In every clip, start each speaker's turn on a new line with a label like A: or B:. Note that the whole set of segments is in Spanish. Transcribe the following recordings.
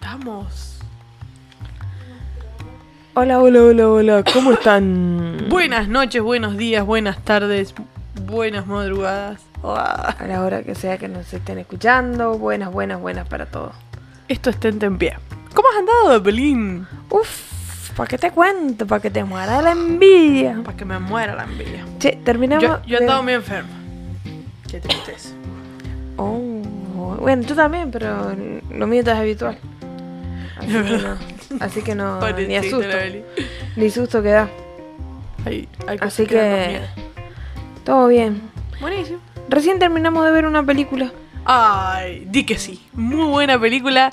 A: Estamos.
B: Hola, hola, hola, hola. ¿Cómo están?
A: Buenas noches, buenos días, buenas tardes, buenas madrugadas. Uah.
B: A la hora que sea que nos estén escuchando, buenas, buenas, buenas para todos.
A: Esto es Tente en Pie. ¿Cómo has andado, Pelín?
B: Uf, ¿para qué te cuento? ¿Para que te muera la envidia?
A: Para que me muera la envidia.
B: Che, terminamos.
A: Yo, yo he
B: de-
A: estado muy enferma. Qué tristeza.
B: Oh, bueno, tú también, pero lo mío ya es habitual. Así
A: Es
B: que
A: verdad.
B: no, así que no ni
A: Pobrecita la
B: asusto,
A: Beli.
B: ni susto que da.
A: Hay- hay cosas
B: Así
A: dan
B: que-
A: más miedo.
B: Todo bien.
A: Buenísimo.
B: Recién terminamos de ver una película.
A: Ay, di que sí. Muy buena película.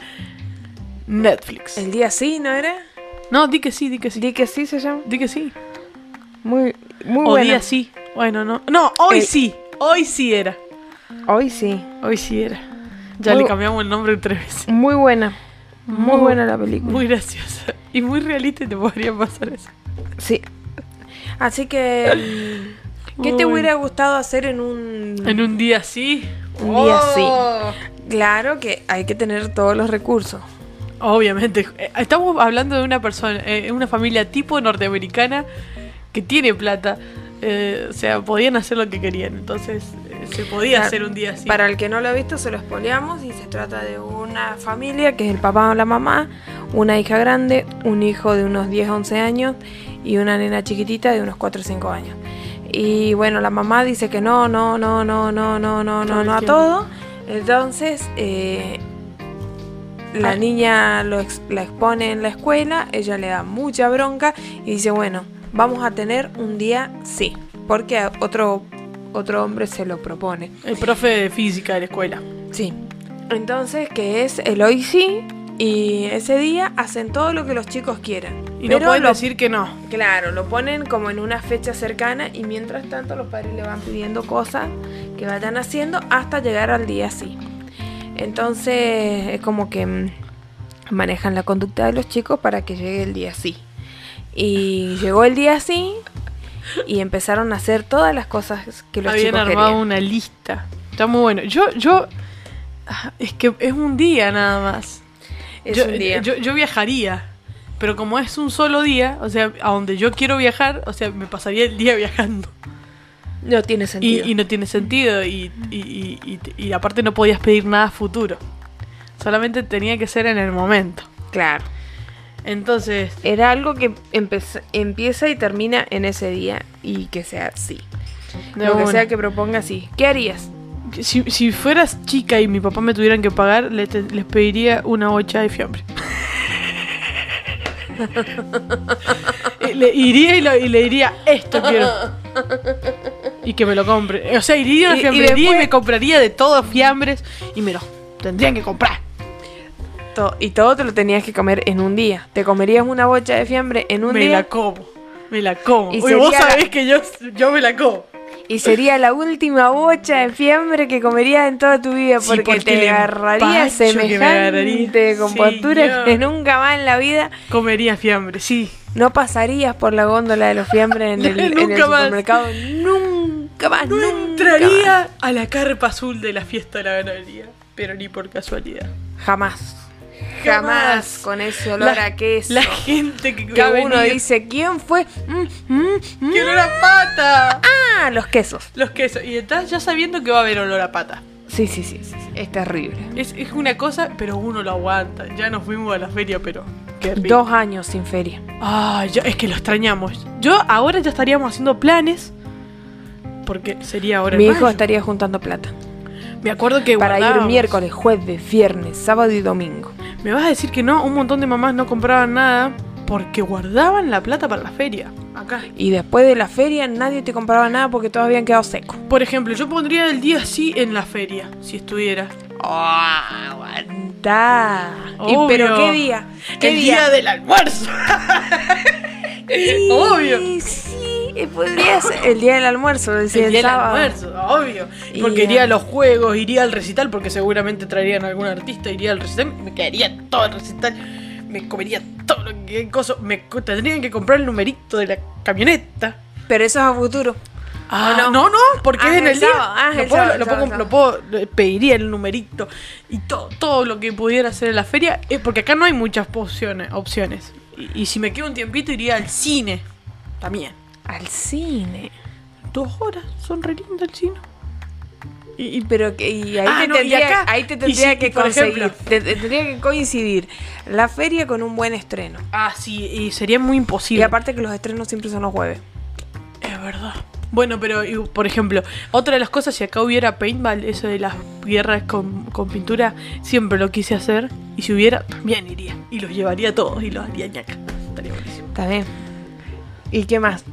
A: Netflix.
B: El día sí, ¿no era?
A: No, di que sí, di que sí.
B: Di que sí se llama.
A: Di que sí.
B: Muy, muy
A: o
B: buena.
A: día sí. Bueno, no. No, hoy
B: El-
A: sí. Hoy sí era.
B: Hoy sí.
A: Hoy sí era. Ya
B: Muy-
A: le cambiamos el nombre tres veces.
B: Muy buena. Muy,
A: Muy-
B: buena la película.
A: Muy graciosa. Y muy realista y te podría pasar eso.
B: Sí. Así que. mm, ¿Qué te
A: Uy.
B: hubiera gustado hacer en un.?
A: En un día sí.
B: Un día
A: Oh.
B: Claro que hay que tener todos los recursos.
A: Obviamente. Eh, Estamos hablando de una persona, eh, una familia tipo norteamericana que tiene plata. Eh, o sea, podían hacer lo que querían. Entonces, eh, se podía
B: Claro,
A: hacer un día así.
B: Para el que no lo ha visto, se lo spoileamos y se trata de una familia que es el papá o la mamá, una hija grande, un hijo de unos 10, 11 años y una nena chiquitita de unos 4 o 5 años. Y bueno, la mamá dice que no, no, no, no, no, no, no,
A: Todo
B: no,
A: el
B: no a
A: tiempo.
B: todo. Entonces, eh, la
A: Ah.
B: niña lo ex- la expone en la escuela, ella le da mucha bronca y dice, bueno, vamos a tener un día sí, porque a otro, otro hombre se lo propone.
A: El profe de física de la escuela.
B: Sí. Entonces, que es el hoy sí y ese día hacen todo lo que los chicos quieran.
A: Y no
B: Pero
A: pueden
B: lo-
A: decir que no.
B: Claro, lo ponen como en una fecha cercana y mientras tanto los padres le van pidiendo cosas que vayan haciendo hasta llegar al día sí. Entonces, es como que mm, manejan la conducta de los chicos para que llegue el día sí. Y llegó el día sí y empezaron a hacer todas las cosas que los
A: Habían
B: chicos
A: armado
B: querían.
A: una lista. Está muy bueno. Yo, yo. ah, Es que es un día nada más.
B: Es
A: yo,
B: un día.
A: Yo, yo viajaría. Pero como es un solo día, o sea, a donde yo quiero viajar, o sea, me pasaría el día viajando.
B: no tiene
A: Y,
B: sentido.
A: y no tiene sentido. Y, y- y- y- y aparte no podías pedir nada a futuro. Solamente tenía que ser en el momento.
B: Claro.
A: Entonces,
B: Era algo que empeza- empieza y termina en ese día y que sea así.
A: de
B: Lo que
A: una.
B: sea que proponga así. ¿Qué harías?
A: si, si fueras chica y mi papá me tuvieran que pagar, le te- les pediría una hocha de fiambre. Y le iría y, lo- y le diría, esto quiero. Y que me lo compre. O sea, iría a una
B: Y- y
A: fiambrería y,
B: después-
A: me compraría de todos fiambres y me los tendrían que comprar.
B: To- y todo te lo tenías que comer en un día. Te comerías una bocha de fiambre en un
A: me la
B: día
A: como. Me la como.
B: Y
A: Uy, vos
B: sería la-
A: sabés que yo, yo me la como.
B: y sería la última bocha de fiambre que comerías en toda tu vida
A: Sí,
B: porque,
A: porque el
B: te agarraría
A: empacho que me
B: semejante
A: agarraría.
B: compostura
A: Señor.
B: que nunca más en la vida
A: Comería fiambre, sí.
B: no pasarías por la góndola de los fiambres en el, en el
A: Nunca más.
B: supermercado. Nunca más.
A: No
B: Ah, nunca más.
A: entraría a la carpa azul de la fiesta de la ganadería. Pero ni por casualidad.
B: Jamás. Jamás,
A: Jamás.
B: con ese olor
A: La-
B: a queso.
A: La gente que,
B: que
A: ha
B: uno
A: venido-
B: dice, ¿quién fue? Mm, mm, mm.
A: ¡Qué olor a pata!
B: Ah, los quesos.
A: Los quesos. Y estás ya sabiendo que va a haber olor a pata.
B: Sí, sí, sí, sí, sí, Es terrible.
A: Es, es una cosa, pero uno lo aguanta. Ya nos fuimos a la feria, pero. Qué rico.
B: Dos años sin feria.
A: Ah, ya- es que lo extrañamos. Yo ahora ya estaríamos haciendo planes. Porque sería ahora en
B: Mi hijo
A: mayo.
B: estaría juntando plata.
A: Me acuerdo que
B: Para ir
A: guardábamos.
B: miércoles, jueves, viernes, sábado y domingo.
A: Me vas a decir que no, un montón de mamás no compraban nada porque guardaban la plata para la feria. Acá.
B: Y después de la feria nadie te compraba nada porque todos habían quedado secos.
A: Por ejemplo, yo pondría el día sí en la feria, si estuviera.
B: aguanta.
A: Obvio.
B: pero qué día? ¿Qué
A: el día del almuerzo. obvio.
B: Y Sí, eh, podría ser el día del almuerzo, decía
A: el día del
B: sábado.
A: almuerzo, obvio.
B: Y,
A: Porque iría
B: eh,
A: a los juegos, iría al recital, porque seguramente traerían a algún artista, iría al recital, me quedaría todo el recital, me comería todo lo que hay coso, me co- tendrían que comprar el numerito de la camioneta.
B: Pero eso es a futuro.
A: Ah,
B: ¿O
A: no? no, porque
B: Ah,
A: es en
B: el
A: el día.
B: sábado. Ah,
A: lo,
B: el
A: puedo,
B: sábado,
A: lo
B: el sábado,
A: puedo- lo puedo- lo- pediría el numerito y todo, todo lo que pudiera hacer en la feria, eh, porque acá no hay muchas opciones. opciones. Y, y si me quedo un tiempito iría al cine también.
B: Al cine.
A: Dos horas, son re lindas el cine.
B: Y, y- pero que- y ahí,
A: Ah,
B: te
A: no, y
B: tendría,
A: acá-
B: ahí te
A: y
B: tendría
A: sí,
B: que
A: y por
B: conseguir,
A: ejemplo.
B: te- te tendría que coincidir la feria con un buen estreno.
A: Ah, sí, y sería muy
B: Y
A: imposible.
B: aparte que los estrenos siempre son los jueves.
A: Es verdad. Bueno, pero y, por ejemplo, otra de las cosas, si acá hubiera paintball, eso de las guerras con, con pintura, siempre lo quise hacer. Y si hubiera, también iría. Y los llevaría a todos y los haría ñaca. Estaría buenísimo.
B: Está bien. ¿Y qué más?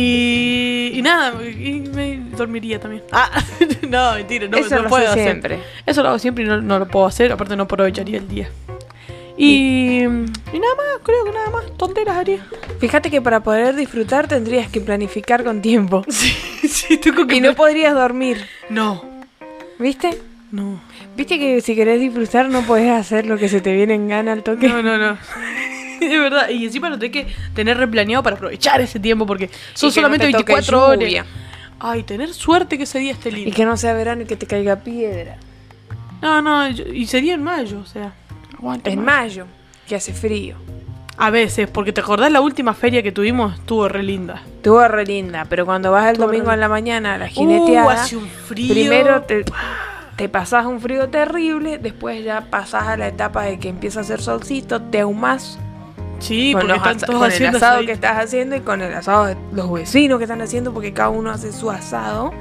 A: Y, y nada, y me dormiría también. Ah, no, mentira, no,
B: Eso
A: no
B: lo
A: puedo
B: sé
A: hacer.
B: siempre.
A: Eso lo hago siempre y no, no lo puedo hacer, aparte no aprovecharía el día. Y, y nada más, creo que nada más, tonteras haría.
B: Fíjate que para poder disfrutar tendrías que planificar con tiempo.
A: Sí, sí, tengo que...
B: Y no podrías dormir.
A: no,
B: ¿Viste?
A: no.
B: ¿Viste que si querés disfrutar no podés hacer lo que se te viene en gana al toque?
A: No, no, no. Es verdad, y encima lo tenés que tener replaneado para aprovechar ese tiempo porque son
B: Y que no
A: solamente
B: te toque
A: 24 horas.
B: lluvia.
A: Ay, tener suerte que ese día esté
B: Y
A: lindo.
B: que no sea verano y que te caiga piedra.
A: No, no, yo- y sería en mayo, o sea. aguante
B: En
A: mayo.
B: mayo, que hace frío.
A: A veces, porque te acordás la última feria que tuvimos, estuvo re linda.
B: Estuvo re linda, pero cuando vas el
A: Estuvo
B: domingo
A: re-
B: en la mañana a la
A: Uh,
B: jineteada,
A: hace un frío.
B: primero te, te pasás un frío terrible, después ya pasás a la etapa de que empieza a hacer solcito, te ahumás
A: Sí,
B: con,
A: porque
B: los
A: están
B: asa-
A: todos
B: con el
A: haciendo
B: asado
A: asado.
B: que estás haciendo y con el asado de los vecinos que están haciendo, porque cada uno hace su asado.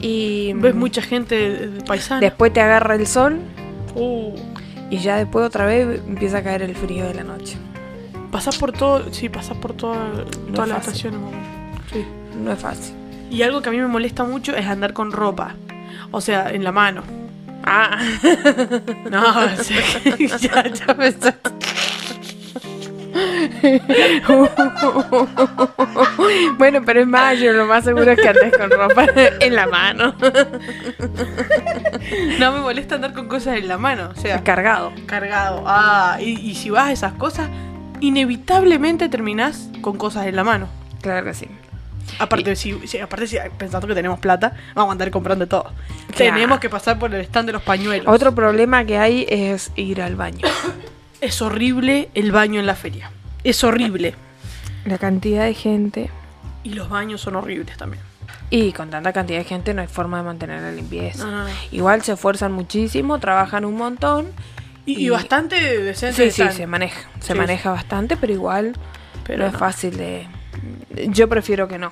B: Y
A: Ves
B: mm,
A: mucha gente eh, de- de paisana.
B: después te agarra el sol
A: Uh,
B: y ya después otra vez empieza a caer el frío de la noche.
A: pasás por todo, sí, pasás por toda, toda
B: es
A: la
B: fácil.
A: estación. amor. Sí.
B: No es fácil.
A: Y algo que a mí me molesta mucho es andar con ropa. O sea, en la mano.
B: Ah,
A: No, o sea, que ya, ya me está-
B: bueno, pero es mayo, lo más seguro es que andes con ropa en la mano.
A: No me molesta andar con cosas en la mano. O sea,
B: Cargado.
A: cargado. Ah, y, y si vas a esas cosas, inevitablemente terminás con cosas en la mano.
B: Claro que sí.
A: Aparte, si, si- aparte si, pensando que tenemos plata, vamos a andar comprando todo.
B: Claro.
A: Tenemos que pasar por el stand de los pañuelos.
B: Otro problema que hay es ir al baño.
A: Es horrible el baño en la feria. Es horrible.
B: La cantidad de gente.
A: Y los baños son horribles también.
B: Y con tanta cantidad de gente no hay forma de mantener la limpieza.
A: Ah.
B: Igual se esfuerzan muchísimo, trabajan un montón.
A: Y, y
B: Y-
A: bastante decente.
B: Sí, sí,
A: están.
B: se maneja. Se
A: Sí,
B: maneja bastante, pero igual
A: Pero
B: no es
A: no.
B: fácil de... Yo prefiero que no.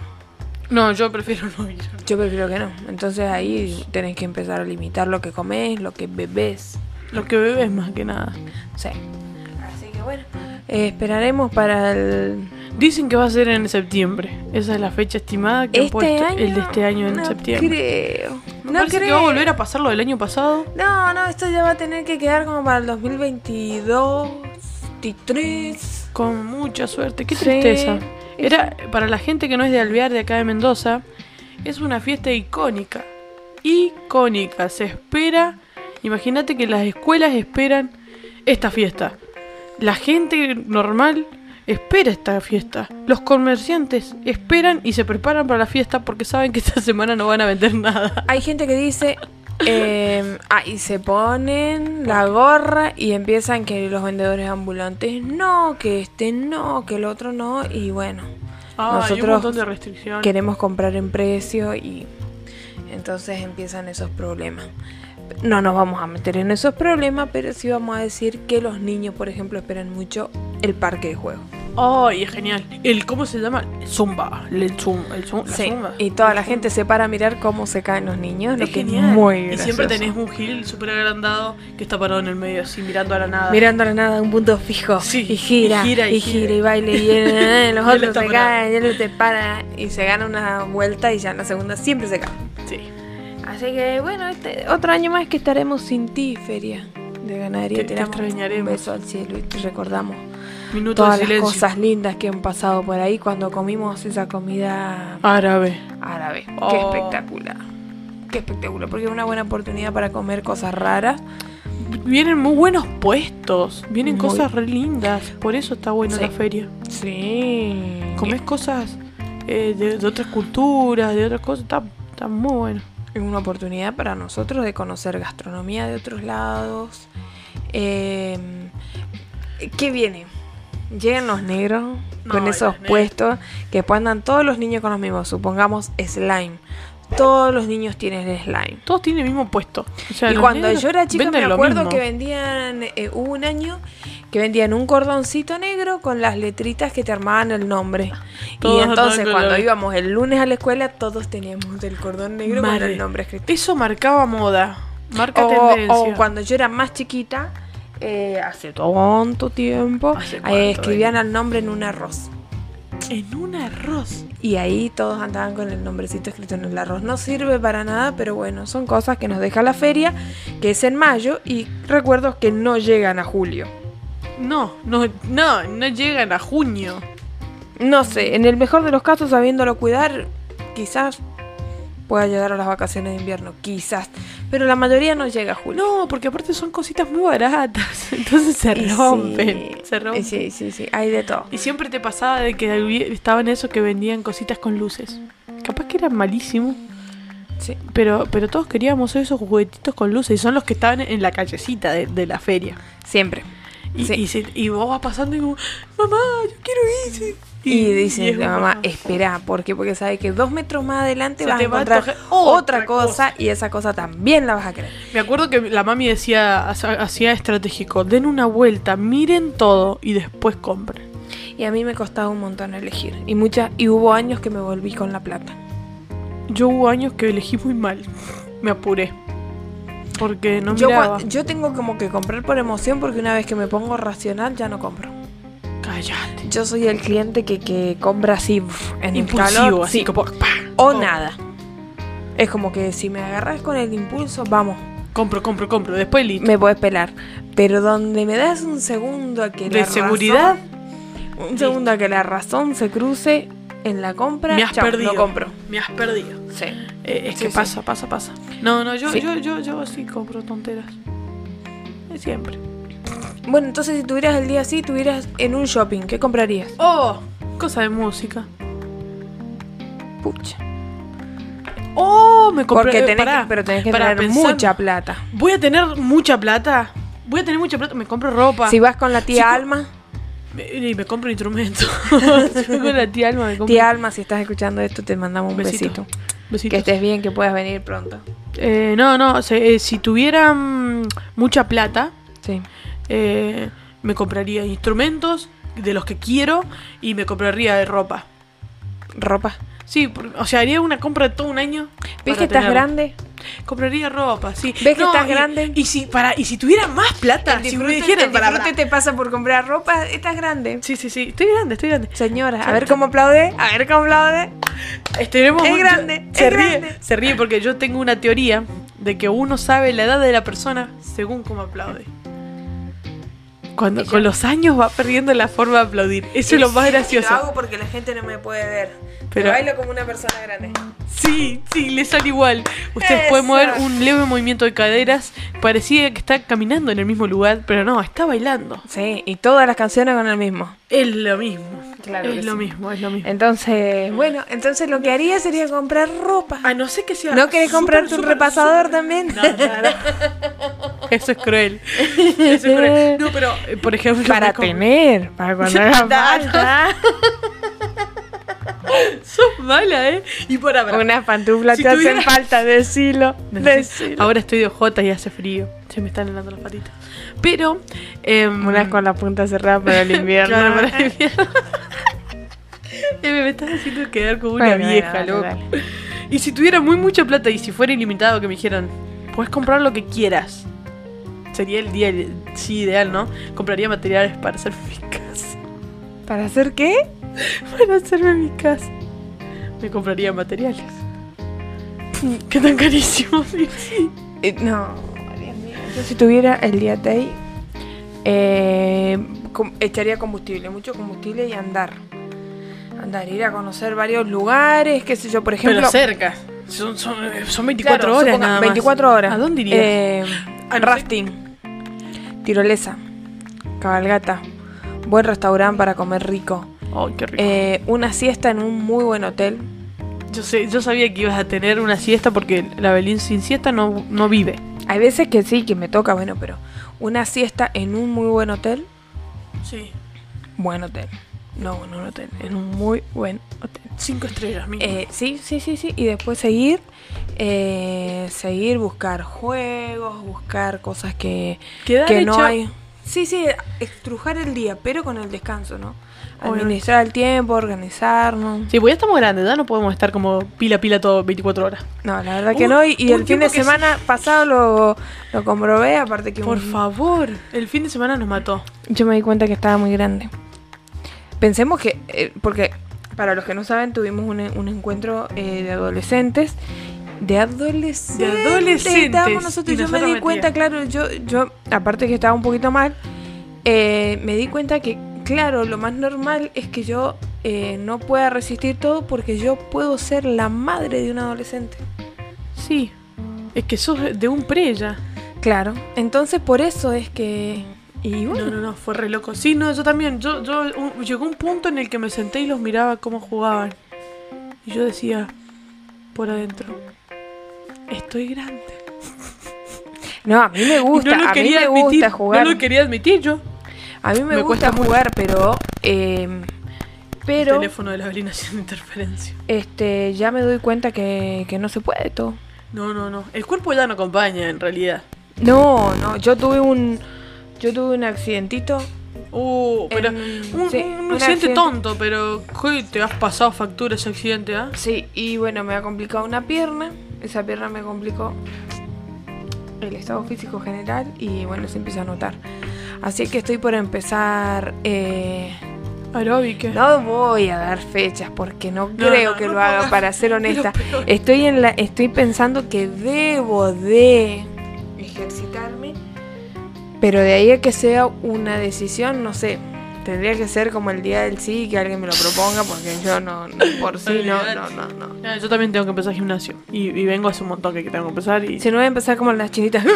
A: No, yo prefiero no ir.
B: Yo prefiero que no. Entonces ahí tenés que empezar a limitar lo que comes, lo que bebés.
A: Lo que bebes más que nada.
B: Sí. Así que bueno. eh, esperaremos para el...
A: Dicen que va a ser en septiembre. Esa es la fecha estimada que han puesto el de este año en
B: no
A: septiembre.
B: Creo.
A: Me
B: no
A: parece
B: creo.
A: que va a volver a pasar lo del año pasado.
B: No, no, esto ya va a tener que quedar como para el 2022, 23.
A: Con mucha suerte. Qué
B: Sí.
A: tristeza. Era, para la gente que no es de Alvear, de acá de Mendoza, es una fiesta icónica. Icónica. Se espera. Imagínate que las escuelas esperan esta fiesta. La gente normal espera esta fiesta. Los comerciantes esperan y se preparan para la fiesta porque saben que esta semana no van a vender nada.
B: Hay gente que dice, eh, ah, y se ponen la gorra y empiezan que los vendedores ambulantes no, que este no, que el otro no, y bueno,
A: Ah, hay un
B: Nosotros
A: montón de restricciones.
B: queremos comprar en precio y entonces empiezan esos problemas. No nos vamos a meter en esos problemas, pero sí vamos a decir que los niños, por ejemplo, esperan mucho el parque de juegos.
A: Ay, es genial. El, ¿Cómo se llama? Zumba. El zumba. El zumba.
B: Sí, y toda la gente se para a mirar cómo se caen los niños, lo
A: Es
B: que es
A: genial.
B: muy
A: y
B: gracioso.
A: siempre tenés un gil súper agrandado que está parado en el medio así mirando a la nada.
B: Mirando a la nada, un punto fijo.
A: Sí,
B: y gira, y gira, y, gira, y baile, y, eh, los
A: Y él
B: otros
A: está
B: se
A: parado.
B: caen, y él te para, y se gana una vuelta, y ya en la segunda siempre se cae.
A: Sí.
B: Así que, bueno, este, otro año más que estaremos sin ti, Feria de Ganadería.
A: Te- te
B: Tiramos
A: extrañaremos.
B: Un beso al cielo y te recordamos
A: Minuto de
B: todas las
A: silencio.
B: cosas lindas que han pasado por ahí cuando comimos esa comida
A: Árabe.
B: árabe. Qué
A: Oh.
B: espectacular. Qué espectacular, porque es una buena oportunidad para comer cosas raras.
A: Vienen muy buenos puestos. Vienen
B: Muy.
A: cosas re lindas. Por eso está buena
B: Sí.
A: la feria.
B: Sí.
A: Comés cosas eh, de, de otras culturas, de otras cosas. Está, está muy bueno.
B: Es una oportunidad para nosotros de conocer gastronomía de otros lados. Eh, ¿Qué viene? Llegan los negros
A: No,
B: con
A: los
B: esos
A: negros.
B: puestos que después andan todos los niños con los mismos. Supongamos slime. Todos los niños tienen slime.
A: Todos tienen el mismo puesto. O sea,
B: y
A: los
B: cuando
A: negros
B: yo era chica me
A: venden lo
B: acuerdo
A: mismo.
B: que vendían, eh, hubo un año que vendían un cordoncito negro con las letritas que te armaban el nombre.
A: Todos
B: y entonces
A: andaban con
B: cuando
A: la-
B: íbamos el lunes a la escuela todos teníamos el cordón negro con
A: Madre.
B: el nombre escrito.
A: Eso marcaba moda. Marca
B: O,
A: tendencia.
B: o cuando yo era más chiquita, eh, hace tanto tiempo,
A: ¿Hace
B: eh,
A: cuánto,
B: escribían el nombre en un arroz.
A: En un arroz.
B: Y ahí todos andaban con el nombrecito escrito en el arroz. No sirve para nada, pero bueno, son cosas que nos deja la feria, que es en mayo, y recuerdos que no llegan a julio.
A: No, no, no, no llegan a junio.
B: No sé, en el mejor de los casos, sabiéndolo cuidar, quizás pueda llegar a las vacaciones de invierno, quizás. Pero la mayoría no llega a julio.
A: No, porque aparte son cositas muy baratas. Entonces se
B: Y sí,
A: rompen. se rompen.
B: y Sí, sí, sí, hay de todo.
A: Y siempre te pasaba de que había- estaban esos que vendían cositas con luces. Capaz que eran malísimos,
B: Sí.
A: pero, pero todos queríamos esos juguetitos con luces. Y son los que estaban en la callecita de, de la feria.
B: Siempre.
A: Y,
B: Sí.
A: y se- y vos vas pasando y como, mamá, yo quiero ese.
B: Y
A: y
B: dice
A: es
B: la
A: un-
B: mamá, espera, ¿por qué? Porque sabe que dos metros más adelante
A: Se
B: vas a
A: te va a
B: encontrar
A: antojar
B: otra
A: otra
B: cosa, y esa cosa también la vas a creer.
A: Me acuerdo que la mami decía, hacia- hacía estratégico, den una vuelta, miren todo y después compren.
B: Y a mí me costaba un montón elegir. Y muchas, y hubo años que me volví con la plata.
A: Yo hubo años que elegí muy mal. Me apuré. Porque no
B: yo,
A: miraba.
B: cua- yo tengo como que comprar por emoción porque una vez que me pongo racional ya no compro.
A: Cállate.
B: Yo soy el cliente que, que compra así pf, en el
A: Impulsivo,
B: calor,
A: así
B: sí,
A: como... pa,
B: o
A: compro,
B: nada. Es como que si me agarras con el impulso, vamos,
A: Compro, compro, compro. Después listo.
B: me puedes pelar. Pero donde me das un segundo a que
A: De
B: la razón-
A: seguridad,
B: Un segundo a que la razón se cruce en la compra.
A: me has
B: chao,
A: perdido.
B: No compro.
A: Me has perdido.
B: Sí.
A: Eh, es
B: Sí,
A: que
B: sí.
A: pasa, pasa, pasa. No, no, yo,
B: Sí.
A: yo, yo, yo sí compro tonteras. De siempre.
B: Bueno, entonces si tuvieras el día así, tuvieras en un shopping, ¿qué comprarías?
A: Oh, cosa de música.
B: Pucha.
A: Oh, me compré.
B: Porque
A: eh,
B: tenés
A: pará,
B: que, pero tenés que
A: pará,
B: tener
A: pensá-
B: mucha plata.
A: Voy a tener mucha plata. Voy a tener mucha plata. Me compro ropa.
B: Si vas con la tía
A: Chico-
B: Alma,
A: Me- y me compro instrumentos. Yo con la tía Alma me compro.
B: tía Alma, si estás escuchando esto, te mandamos un besito.
A: Besito. Besitos.
B: Que estés bien, que puedas venir pronto.
A: Eh, no, no. se- eh, si tuviera mm, mucha plata,
B: Sí.
A: eh, me compraría instrumentos de los que quiero y me compraría de ropa.
B: Ropa.
A: Sí, por- o sea, haría una compra de todo un año.
B: ¿Ves
A: para
B: que estás
A: tener-
B: grande?
A: Compraría ropa, sí.
B: ¿Ves que estás
A: y-
B: grande?
A: Y si, para, y si tuviera más plata, Ah, si me dijeran para.
B: disfrute te pasa por comprar ropa, estás grande.
A: Sí, sí, sí. Estoy grande, estoy grande.
B: Señora, a
A: Sí,
B: ver
A: sí.
B: cómo aplaude, a ver cómo aplaude.
A: Estaremos
B: Es
A: muy-
B: grande,
A: se
B: es
A: ríe,
B: grande.
A: Se ríe porque yo tengo una teoría de que uno sabe la edad de la persona según cómo aplaude. Cuando con los años va perdiendo la forma de aplaudir. Eso es lo más
B: Sí,
A: gracioso.
B: Lo hago porque la gente no me puede ver. Pero
A: Pero-
B: bailo como una persona grande.
A: Sí, sí, le sale igual. Ustedes
B: Eso.
A: pueden mover un leve movimiento de caderas. Parecía que está caminando en el mismo lugar, pero no, está bailando.
B: Sí, y todas las canciones con el mismo.
A: Es lo mismo.
B: Claro que
A: es lo
B: sí.
A: mismo, es lo mismo.
B: Entonces, bueno, entonces lo que haría sería comprar ropa.
A: A Ah, no ser que sea.
B: ¿No querés
A: súper,
B: comprarte un
A: súper,
B: repasador
A: súper-
B: también?
A: No, no, no. Eso es cruel. Eso es cruel. No, pero, eh, por ejemplo. me
B: Para
A: compré-
B: tener, para cuando haga falta.
A: Sos mala, ¿eh? Y para. para-
B: Unas pantuflas
A: Si
B: te hacen
A: tuviera-
B: falta, decilo.
A: Necesito-
B: decilo.
A: Ahora estoy de OJ y hace frío. Se me están helando las patitas. Pero. Eh,
B: Unas con la punta cerrada para el invierno.
A: Claro, para el invierno. Eh, me estás haciendo quedar como una
B: Bueno, bueno,
A: vieja,
B: dale,
A: loco.
B: dale.
A: Y si tuviera muy mucha plata y si fuera ilimitado que me dijeran, puedes comprar lo que quieras. Sería el día el- sí ideal, ¿no? Compraría materiales para hacer mi casa.
B: ¿Para hacer qué?
A: Para hacerme mi casa. Me compraría materiales. Qué tan carísimos. Sí.
B: Eh, No, Dios mío. Yo si tuviera el día de ahí, eh, com- echaría combustible, mucho combustible y andar. Andar, ir a conocer varios lugares, qué sé yo, por ejemplo.
A: Pero cerca. Son, son, eh, son 24
B: Claro,
A: horas
B: suponga-
A: nada más.
B: 24 horas.
A: ¿A dónde irías?
B: Eh,
A: A no
B: rafting, tirolesa, cabalgata, buen restaurante para comer rico,
A: Ay, qué rico.
B: eh, una siesta en un muy buen hotel.
A: yo, sé, yo sabía que ibas a tener una siesta porque la Belín sin siesta no, no vive.
B: Hay veces que sí, que me toca, bueno, pero una siesta en un muy buen hotel,
A: Sí.
B: buen hotel. No, no un hotel, en un muy buen hotel.
A: Cinco estrellas, mínimo.
B: Eh, sí, sí, sí, sí. Y después seguir, eh, seguir, buscar juegos, buscar cosas que,
A: Quedar
B: Eh, que no
A: hecha-
B: hay. Sí, sí, estrujar el día, pero con el descanso, ¿no?
A: Obviamente.
B: Administrar el tiempo, organizarnos.
A: Sí, pues ya estamos grandes, ¿verdad? No podemos estar como pila pila todo 24 horas.
B: No, la verdad que
A: Un-
B: no. Y, y
A: un
B: el fin de
A: tiempo que
B: semana pasado lo, lo comprobé, aparte que
A: Por
B: un-
A: favor, el fin de semana nos mató.
B: yo me di cuenta que estaba muy grande. Pensemos que, eh, porque para los que no saben, tuvimos un, un encuentro eh, de adolescentes. De adolescentes.
A: De adolescentes.
B: Estábamos nosotros.
A: Y
B: Y yo me
A: nosotros
B: di cuenta, claro, yo, yo, aparte que estaba un poquito mal, eh, me di cuenta que, claro, lo más normal es que yo eh, no pueda resistir todo porque yo puedo ser la madre de un adolescente.
A: Sí. Es que sos de un pre ya.
B: Claro. Entonces, por eso es que. Y bueno.
A: No, no, no, fue re loco. Sí, no, yo también. Yo, yo un- llegó un punto en el que me senté y los miraba cómo jugaban. Y yo decía, por adentro, estoy grande.
B: No, a mí me gusta,
A: no lo
B: a mí
A: quería
B: me
A: admitir.
B: gusta jugar.
A: No lo quería admitir yo.
B: a mí me,
A: me
B: gusta
A: cuesta mucho.
B: jugar, pero eh, pero
A: El teléfono de la Belina haciendo interferencia.
B: este ya me doy cuenta que, que no se puede todo.
A: No, no, no. El cuerpo ya no acompaña, en realidad.
B: No, no, yo tuve un yo tuve un accidentito.
A: Uh, pero
B: En-
A: un,
B: sí,
A: un
B: un
A: accidente
B: accidente.
A: tonto, pero uy, te has pasado factura ese accidente, ¿ah?
B: Sí, y bueno, me ha complicado una pierna. Esa pierna me complicó el estado físico general y bueno, se empieza a notar. Así que estoy por empezar eh,
A: Aeróbica.
B: No voy a dar fechas porque no,
A: No,
B: creo
A: no,
B: que
A: no
B: lo haga,
A: pongas-
B: para ser honesta. Eh.
A: es lo peor.
B: Estoy en la, estoy pensando que debo de ejercitarme, pero de ahí a que sea una decisión, no sé. Tendría que ser como el día del sí, que alguien me lo proponga, porque yo no, no, por sí, no, no, no, no.
A: Ah, Yo también tengo que empezar gimnasio. Y, y vengo hace un montón que tengo que empezar. Y...
B: Si no voy a empezar como las chinitas.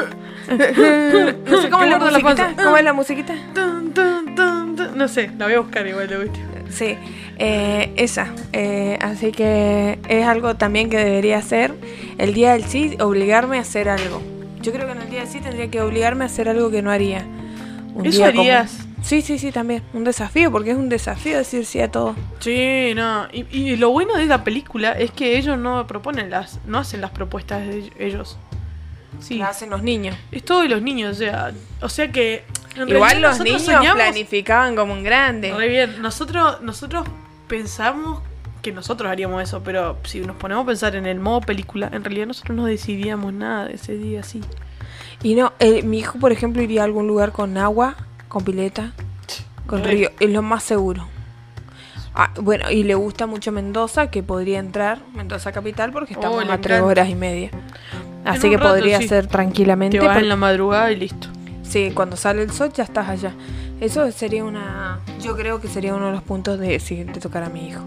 B: No sé cómo es la
A: Gordo la
B: musiquita.
A: panza.
B: ¿Cómo es la musiquita?
A: Tun, tun, tun, tun. No sé, la voy a buscar igual de último.
B: Sí, eh, esa. eh, así que es algo también que debería hacer. El día del sí, obligarme a hacer algo. Yo creo que en el día del sí tendría que obligarme a hacer algo que no haría. Un
A: ¿Eso
B: día como-
A: harías?
B: Sí, sí, sí, también. Un desafío, porque es un desafío decir sí a todo.
A: Sí, no. Y, y lo bueno de la película es que ellos no proponen las, no hacen las propuestas de ellos. Sí.
B: Lo hacen los niños.
A: Es todo de los niños, o sea, o sea que. en
B: Igual
A: realidad
B: los niños
A: nosotros soñamos-
B: planificaban como un grande.
A: Re bien. Nosotros, nosotros pensamos que nosotros haríamos eso, pero si nos ponemos a pensar en el modo película, en realidad nosotros no decidíamos nada de ese día así.
B: Y no, eh, mi hijo, por ejemplo, iría a algún lugar con agua, con pileta, con
A: Re.
B: río. Es lo más seguro. Ah, bueno, y le gusta mucho Mendoza, que podría entrar, Mendoza Capital, porque
A: Oh,
B: estamos
A: le
B: a tres
A: encanta.
B: horas y media. Así
A: un
B: que
A: rato,
B: podría
A: sí.
B: ser tranquilamente.
A: Te vas
B: pero-
A: en la madrugada y listo.
B: Sí, cuando sale el sol ya estás allá. Eso sería una... Yo creo que sería uno de los puntos de si le tocar a mi hijo.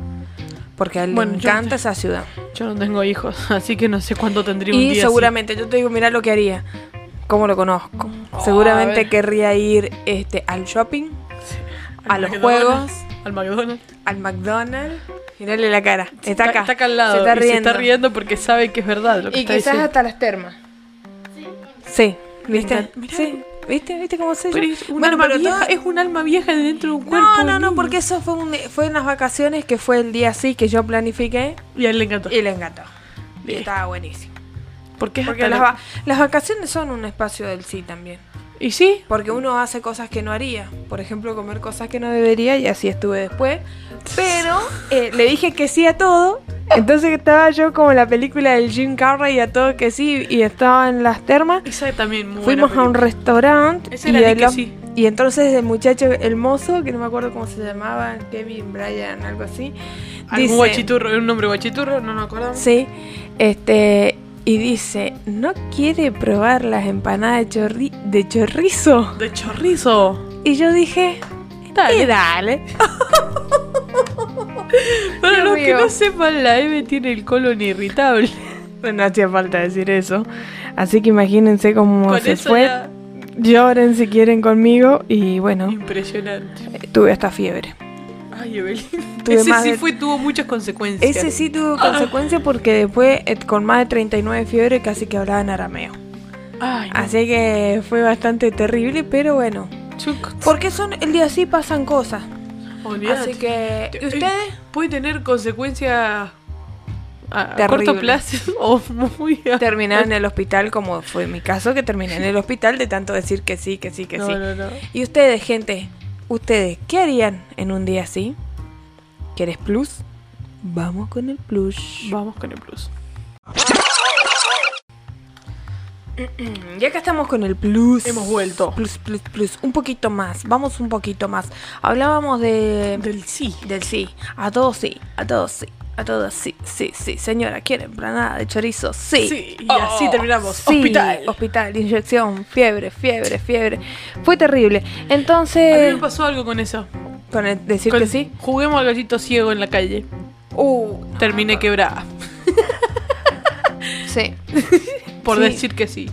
B: Porque a él
A: Bueno,
B: le
A: yo
B: encanta
A: te-
B: esa ciudad.
A: Yo no tengo hijos, así que no sé cuánto tendría un día.
B: Y
A: así.
B: seguramente, yo te digo, mira lo que haría. ¿Cómo lo conozco?
A: Oh, a
B: seguramente
A: ver.
B: querría ir este, al shopping, a
A: Al
B: los
A: McDonald's,
B: juegos,
A: Al McDonald's.
B: al McDonald's. Mirale la cara. Está acá.
A: Está acá al lado.
B: Se está
A: y
B: riendo.
A: está riendo porque sabe que es verdad lo que
B: y
A: está
B: quizás
A: diciendo.
B: hasta las termas. Sí. ¿Viste?
A: encanta. Mirá.
B: Sí. ¿Viste? ¿Viste cómo se
A: Pero
B: llama?
A: es un
B: Bueno,
A: alma
B: pero
A: vieja,
B: todo-
A: es un alma vieja dentro de un cuerpo.
B: No,
A: de
B: no,
A: un
B: no,
A: niño.
B: porque eso fue, un- fue en las vacaciones que fue el día así que yo planifiqué
A: Y a él le encantó.
B: y le encantó. Y
A: Bien.
B: estaba buenísimo.
A: Porque, es
B: Porque
A: hasta
B: las,
A: la-
B: va- las vacaciones son un espacio del sí también.
A: Y sí,
B: Porque uno hace cosas que no haría. Por ejemplo, comer cosas que no debería y así estuve después. Pero eh, le dije que sí a todo. Entonces estaba yo como la película del Jim Carrey a todo que sí y estaba en las termas.
A: esa también muy buena
B: Fuimos a un
A: película.
B: restaurante
A: Ese era de
B: el
A: que
B: hom-
A: sí.
B: y entonces el muchacho, el mozo, que no me acuerdo cómo se llamaba, Kevin Bryan, algo así,
A: Algún guachiturro, un nombre guachiturro, no nos acordamos.
B: Sí, este, y dice, ¿no quiere probar las empanadas de, chorri- de chorizo?
A: De chorrizo.
B: Y yo dije,
A: Dale.
B: "Eh, dale.
A: Para
B: Dios
A: los que
B: mío.
A: no sepan, la M tiene el colon irritable.
B: Pues No hacía falta decir eso. Así que imagínense cómo
A: Con
B: se
A: eso
B: fue.
A: ya-
B: Lloren si quieren conmigo. Y bueno,
A: Impresionante.
B: tuve hasta fiebre.
A: Ay, Evelyn.
B: Tuve
A: ese
B: más
A: sí
B: de-
A: fue, tuvo muchas consecuencias.
B: Ese sí tuvo consecuencias porque después, eh, con más de 39 fiebre, casi que hablaba en arameo.
A: Ay, no.
B: Así que fue bastante terrible, pero bueno.
A: Chuc,
B: Porque son el día así pasan cosas.
A: olvídate.
B: Así que. ¿Y
A: Eh,
B: ustedes?
A: Puede tener consecuencias a, a
B: Terrible.
A: corto plazo o muy a-
B: Terminaron en el hospital, como fue mi caso, que terminé en el hospital de tanto decir que sí, que sí, que
A: No,
B: sí.
A: no, no.
B: Y ustedes, gente, ustedes, ¿qué harían en un día así? ¿Quieres plus? Vamos con el plus.
A: Vamos con el plus.
B: Mm, Ya acá estamos con el plus.
A: Hemos vuelto.
B: Plus, plus, plus. Un poquito más. Vamos un poquito más. Hablábamos de.
A: Del sí.
B: del sí. A todos sí. A todos sí. A todos sí. Sí, sí. Señora, ¿quieren planada de chorizo? Sí. Oh,
A: Sí, y así terminamos.
B: sí.
A: Hospital.
B: Hospital, inyección, fiebre, fiebre, fiebre. Fue terrible.
A: A mí
B: Entonces.
A: me pasó algo con eso.
B: Con el decir
A: Con-
B: que Eh. sí.
A: Juguemos al gallito ciego en la calle.
B: Uh,
A: Terminé quebrada.
B: sí.
A: Por
B: Sí.
A: decir que sí.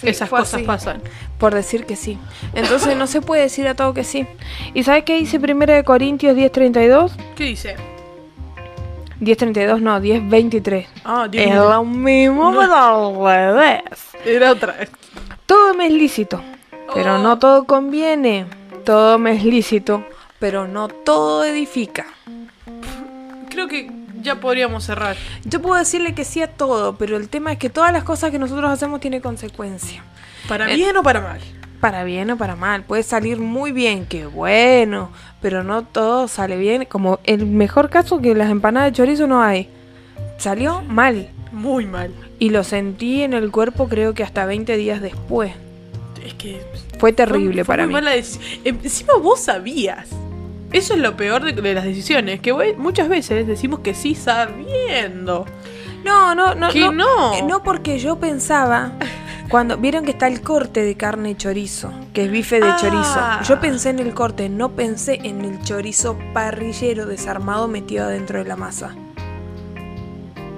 B: Sí,
A: Esas
B: fue
A: cosas
B: así.
A: pasan.
B: por decir que sí. Entonces no se puede decir a todo que sí. ¿Y sabes qué dice primero de Corintios 10:32?
A: ¿Qué dice?
B: 10:32 no, 10:23.
A: Ah, Dios
B: Es
A: mío.
B: lo mismo, pero al revés.
A: Era otra vez.
B: Todo me es lícito, pero
A: Oh.
B: no todo conviene. Todo me es lícito, pero no todo edifica.
A: Creo que ya podríamos cerrar.
B: Yo puedo decirle que sí a todo, pero el tema es que todas las cosas que nosotros hacemos tienen consecuencias.
A: ¿Para
B: Eh.
A: bien o para mal?
B: Para bien o para mal, puede salir muy bien, qué bueno, pero no todo sale bien. Como el mejor caso que las empanadas de chorizo no hay. Salió mal
A: Muy mal.
B: y lo sentí en el cuerpo creo que hasta 20 días después.
A: Es que.
B: Fue
A: fue-
B: terrible
A: fue
B: para
A: muy
B: mí.
A: mala deci- Em- Encima vos sabías. Eso es lo peor de, de las decisiones. Que voy- muchas veces decimos que sí sabiendo.
B: No, no, no.
A: que no.
B: eh, No porque yo pensaba, cuando vieron que está el corte de carne y chorizo, que es bife de
A: Ah.
B: chorizo. Yo pensé en el corte, no pensé en el chorizo parrillero desarmado metido adentro de la masa.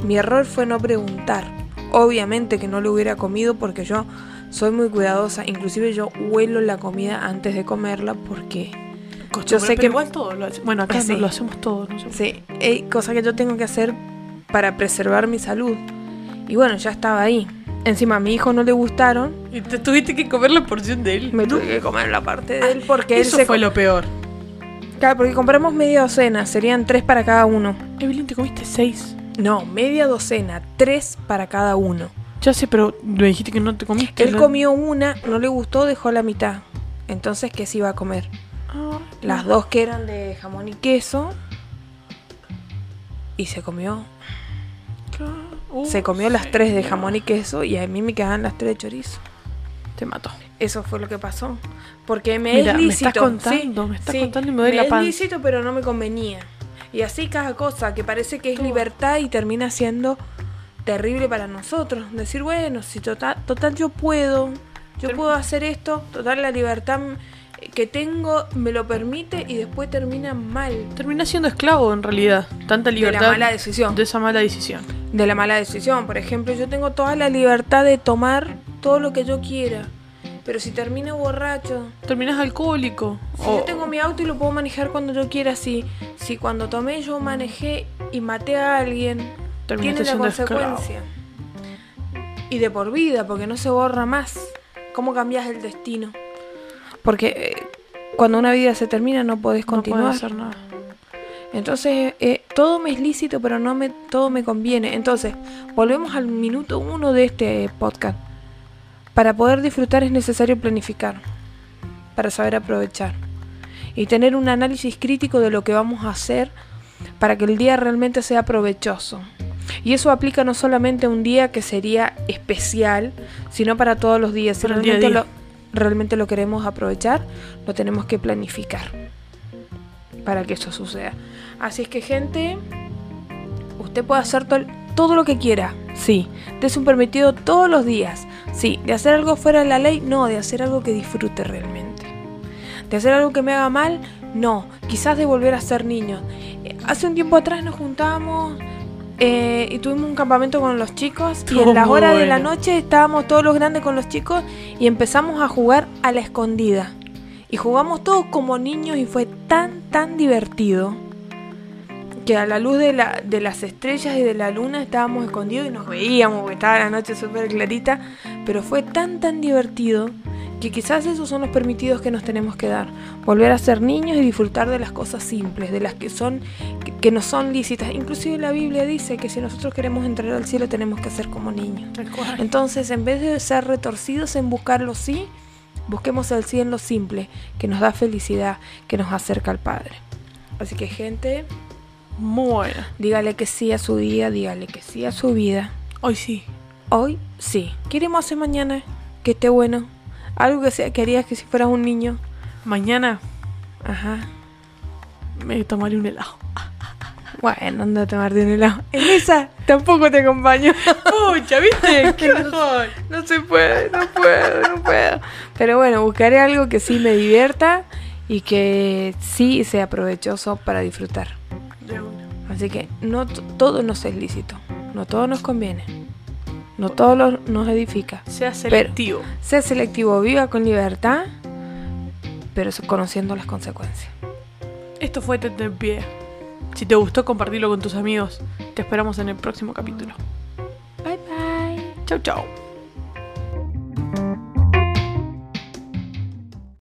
B: Mi error fue no preguntar. Obviamente que no lo hubiera comido porque yo soy muy cuidadosa. Inclusive yo huelo la comida antes de comerla porque...
A: Costumbre,
B: sé
A: pero
B: que-
A: igual todo lo hacemos. Bueno, acá
B: Sí.
A: no, lo hacemos todo. no sé.
B: Sí, eh, cosa que yo tengo que hacer para preservar mi salud. Y bueno, ya estaba ahí. Encima a mi hijo no le gustaron.
A: Y te tuviste que comer la porción de él.
B: Me
A: No.
B: tuve Ah, que comer la parte de él porque él
A: Eso
B: se
A: fue
B: com-
A: lo peor.
B: Claro, porque compramos media docena, serían tres para cada uno.
A: Evelyn, te comiste seis.
B: No, media docena, tres para cada uno.
A: Ya sé, pero me dijiste que no te comiste.
B: Él
A: la-
B: comió una, no le gustó, dejó la mitad. Entonces, ¿qué se iba a comer?
A: Ah,
B: Las dos que eran de jamón y queso. Y se comió.
A: claro. Uh,
B: Se comió las tres de
A: señor.
B: jamón y queso y a mí me quedaban las tres de chorizo.
A: Te mató.
B: Eso fue lo que pasó. Porque me
A: Mira,
B: es
A: me estás
B: lícito.
A: contando, me estás contando y me duele la panza.
B: es lícito, pero no me convenía. Y así cada cosa que parece que es
A: Todo.
B: libertad y termina siendo terrible para nosotros. Decir, bueno, si total, total yo puedo, yo
A: Term-
B: puedo hacer esto, total la libertad eh, que tengo me lo permite y después termina mal.
A: Terminás siendo esclavo en realidad. Tanta
B: De
A: libertad.
B: la mala decisión.
A: de esa mala decisión.
B: de la mala decisión. Por ejemplo, yo tengo toda la libertad de tomar todo lo que yo quiera. Pero si termino borracho,
A: Terminás alcohólico.
B: Si
A: o-
B: yo tengo mi auto y lo puedo manejar cuando yo quiera, si, si cuando tomé yo manejé y maté a alguien,
A: Terminaste
B: tiene la
A: siendo esclavo.
B: consecuencia. Y de por vida, porque no se borra más. ¿Cómo cambias el destino? Porque eh, cuando una vida se termina no podés
A: No puedes
B: continuar.
A: hacer nada.
B: Entonces, eh, todo me es lícito, pero no me, todo me conviene. Entonces, volvemos al minuto uno de este podcast. Para poder disfrutar es necesario planificar, para saber aprovechar y tener un análisis crítico de lo que vamos a hacer para que el día realmente sea provechoso. Y eso aplica no solamente a un día que sería especial, sino para todos los días. Si
A: Para el día a
B: realmente,
A: día.
B: Lo, realmente lo queremos aprovechar, lo tenemos que planificar para que eso suceda. Así es que gente, usted puede hacer tol- todo lo que quiera, sí. Dese un permitido todos los días, sí. De hacer algo fuera de la ley, no. De hacer algo que disfrute realmente. De hacer algo que me haga mal, no. Quizás de volver a ser niño. Eh, Hace un tiempo atrás nos juntábamos eh, y tuvimos un campamento con los chicos y
A: Estuvo
B: en las
A: muy
B: horas de la
A: bueno.
B: noche estábamos todos los grandes con los chicos y empezamos a jugar a la escondida. Y jugamos todos como niños y fue tan tan divertido que a la luz de, la, de las estrellas y de la luna estábamos escondidos y nos veíamos, porque estaba la noche súper clarita, pero fue tan tan divertido que quizás esos son los permitidos que nos tenemos que dar, volver a ser niños y disfrutar de las cosas simples, de las que son que, que no son lícitas. Inclusive la Biblia dice que si nosotros queremos entrar al cielo tenemos que ser como niños.
A: Tal cual.
B: Entonces, en vez de ser retorcidos en buscar lo sí, busquemos el sí en lo simple, que nos da felicidad, que nos acerca al Padre. Así que gente,
A: Muy buena.
B: dígale que sí a su día, dígale que sí a su vida.
A: Hoy sí.
B: Hoy sí. ¿Qué iremos a hacer mañana? Que esté bueno. Algo que, sea, que harías que si fueras un niño.
A: Mañana
B: Ajá.
A: me tomaré un helado.
B: Bueno, anda a tomar de un helado. En esa tampoco te acompaño.
A: Pucha, ¿viste? ¡Qué mejor!
B: No se puede, no puedo, no puedo. Pero bueno, buscaré algo que sí me divierta y que sí sea provechoso para disfrutar.
A: De una.
B: Así que no t- todo nos es lícito, no todo nos conviene, no todo lo- nos edifica.
A: Sea selectivo.
B: Sea selectivo, viva con libertad, pero so- conociendo las consecuencias.
A: Esto fue Tete en Pie. Si te gustó, compartilo con tus amigos. Te esperamos en el próximo capítulo.
B: Bye bye.
A: Chau, chau.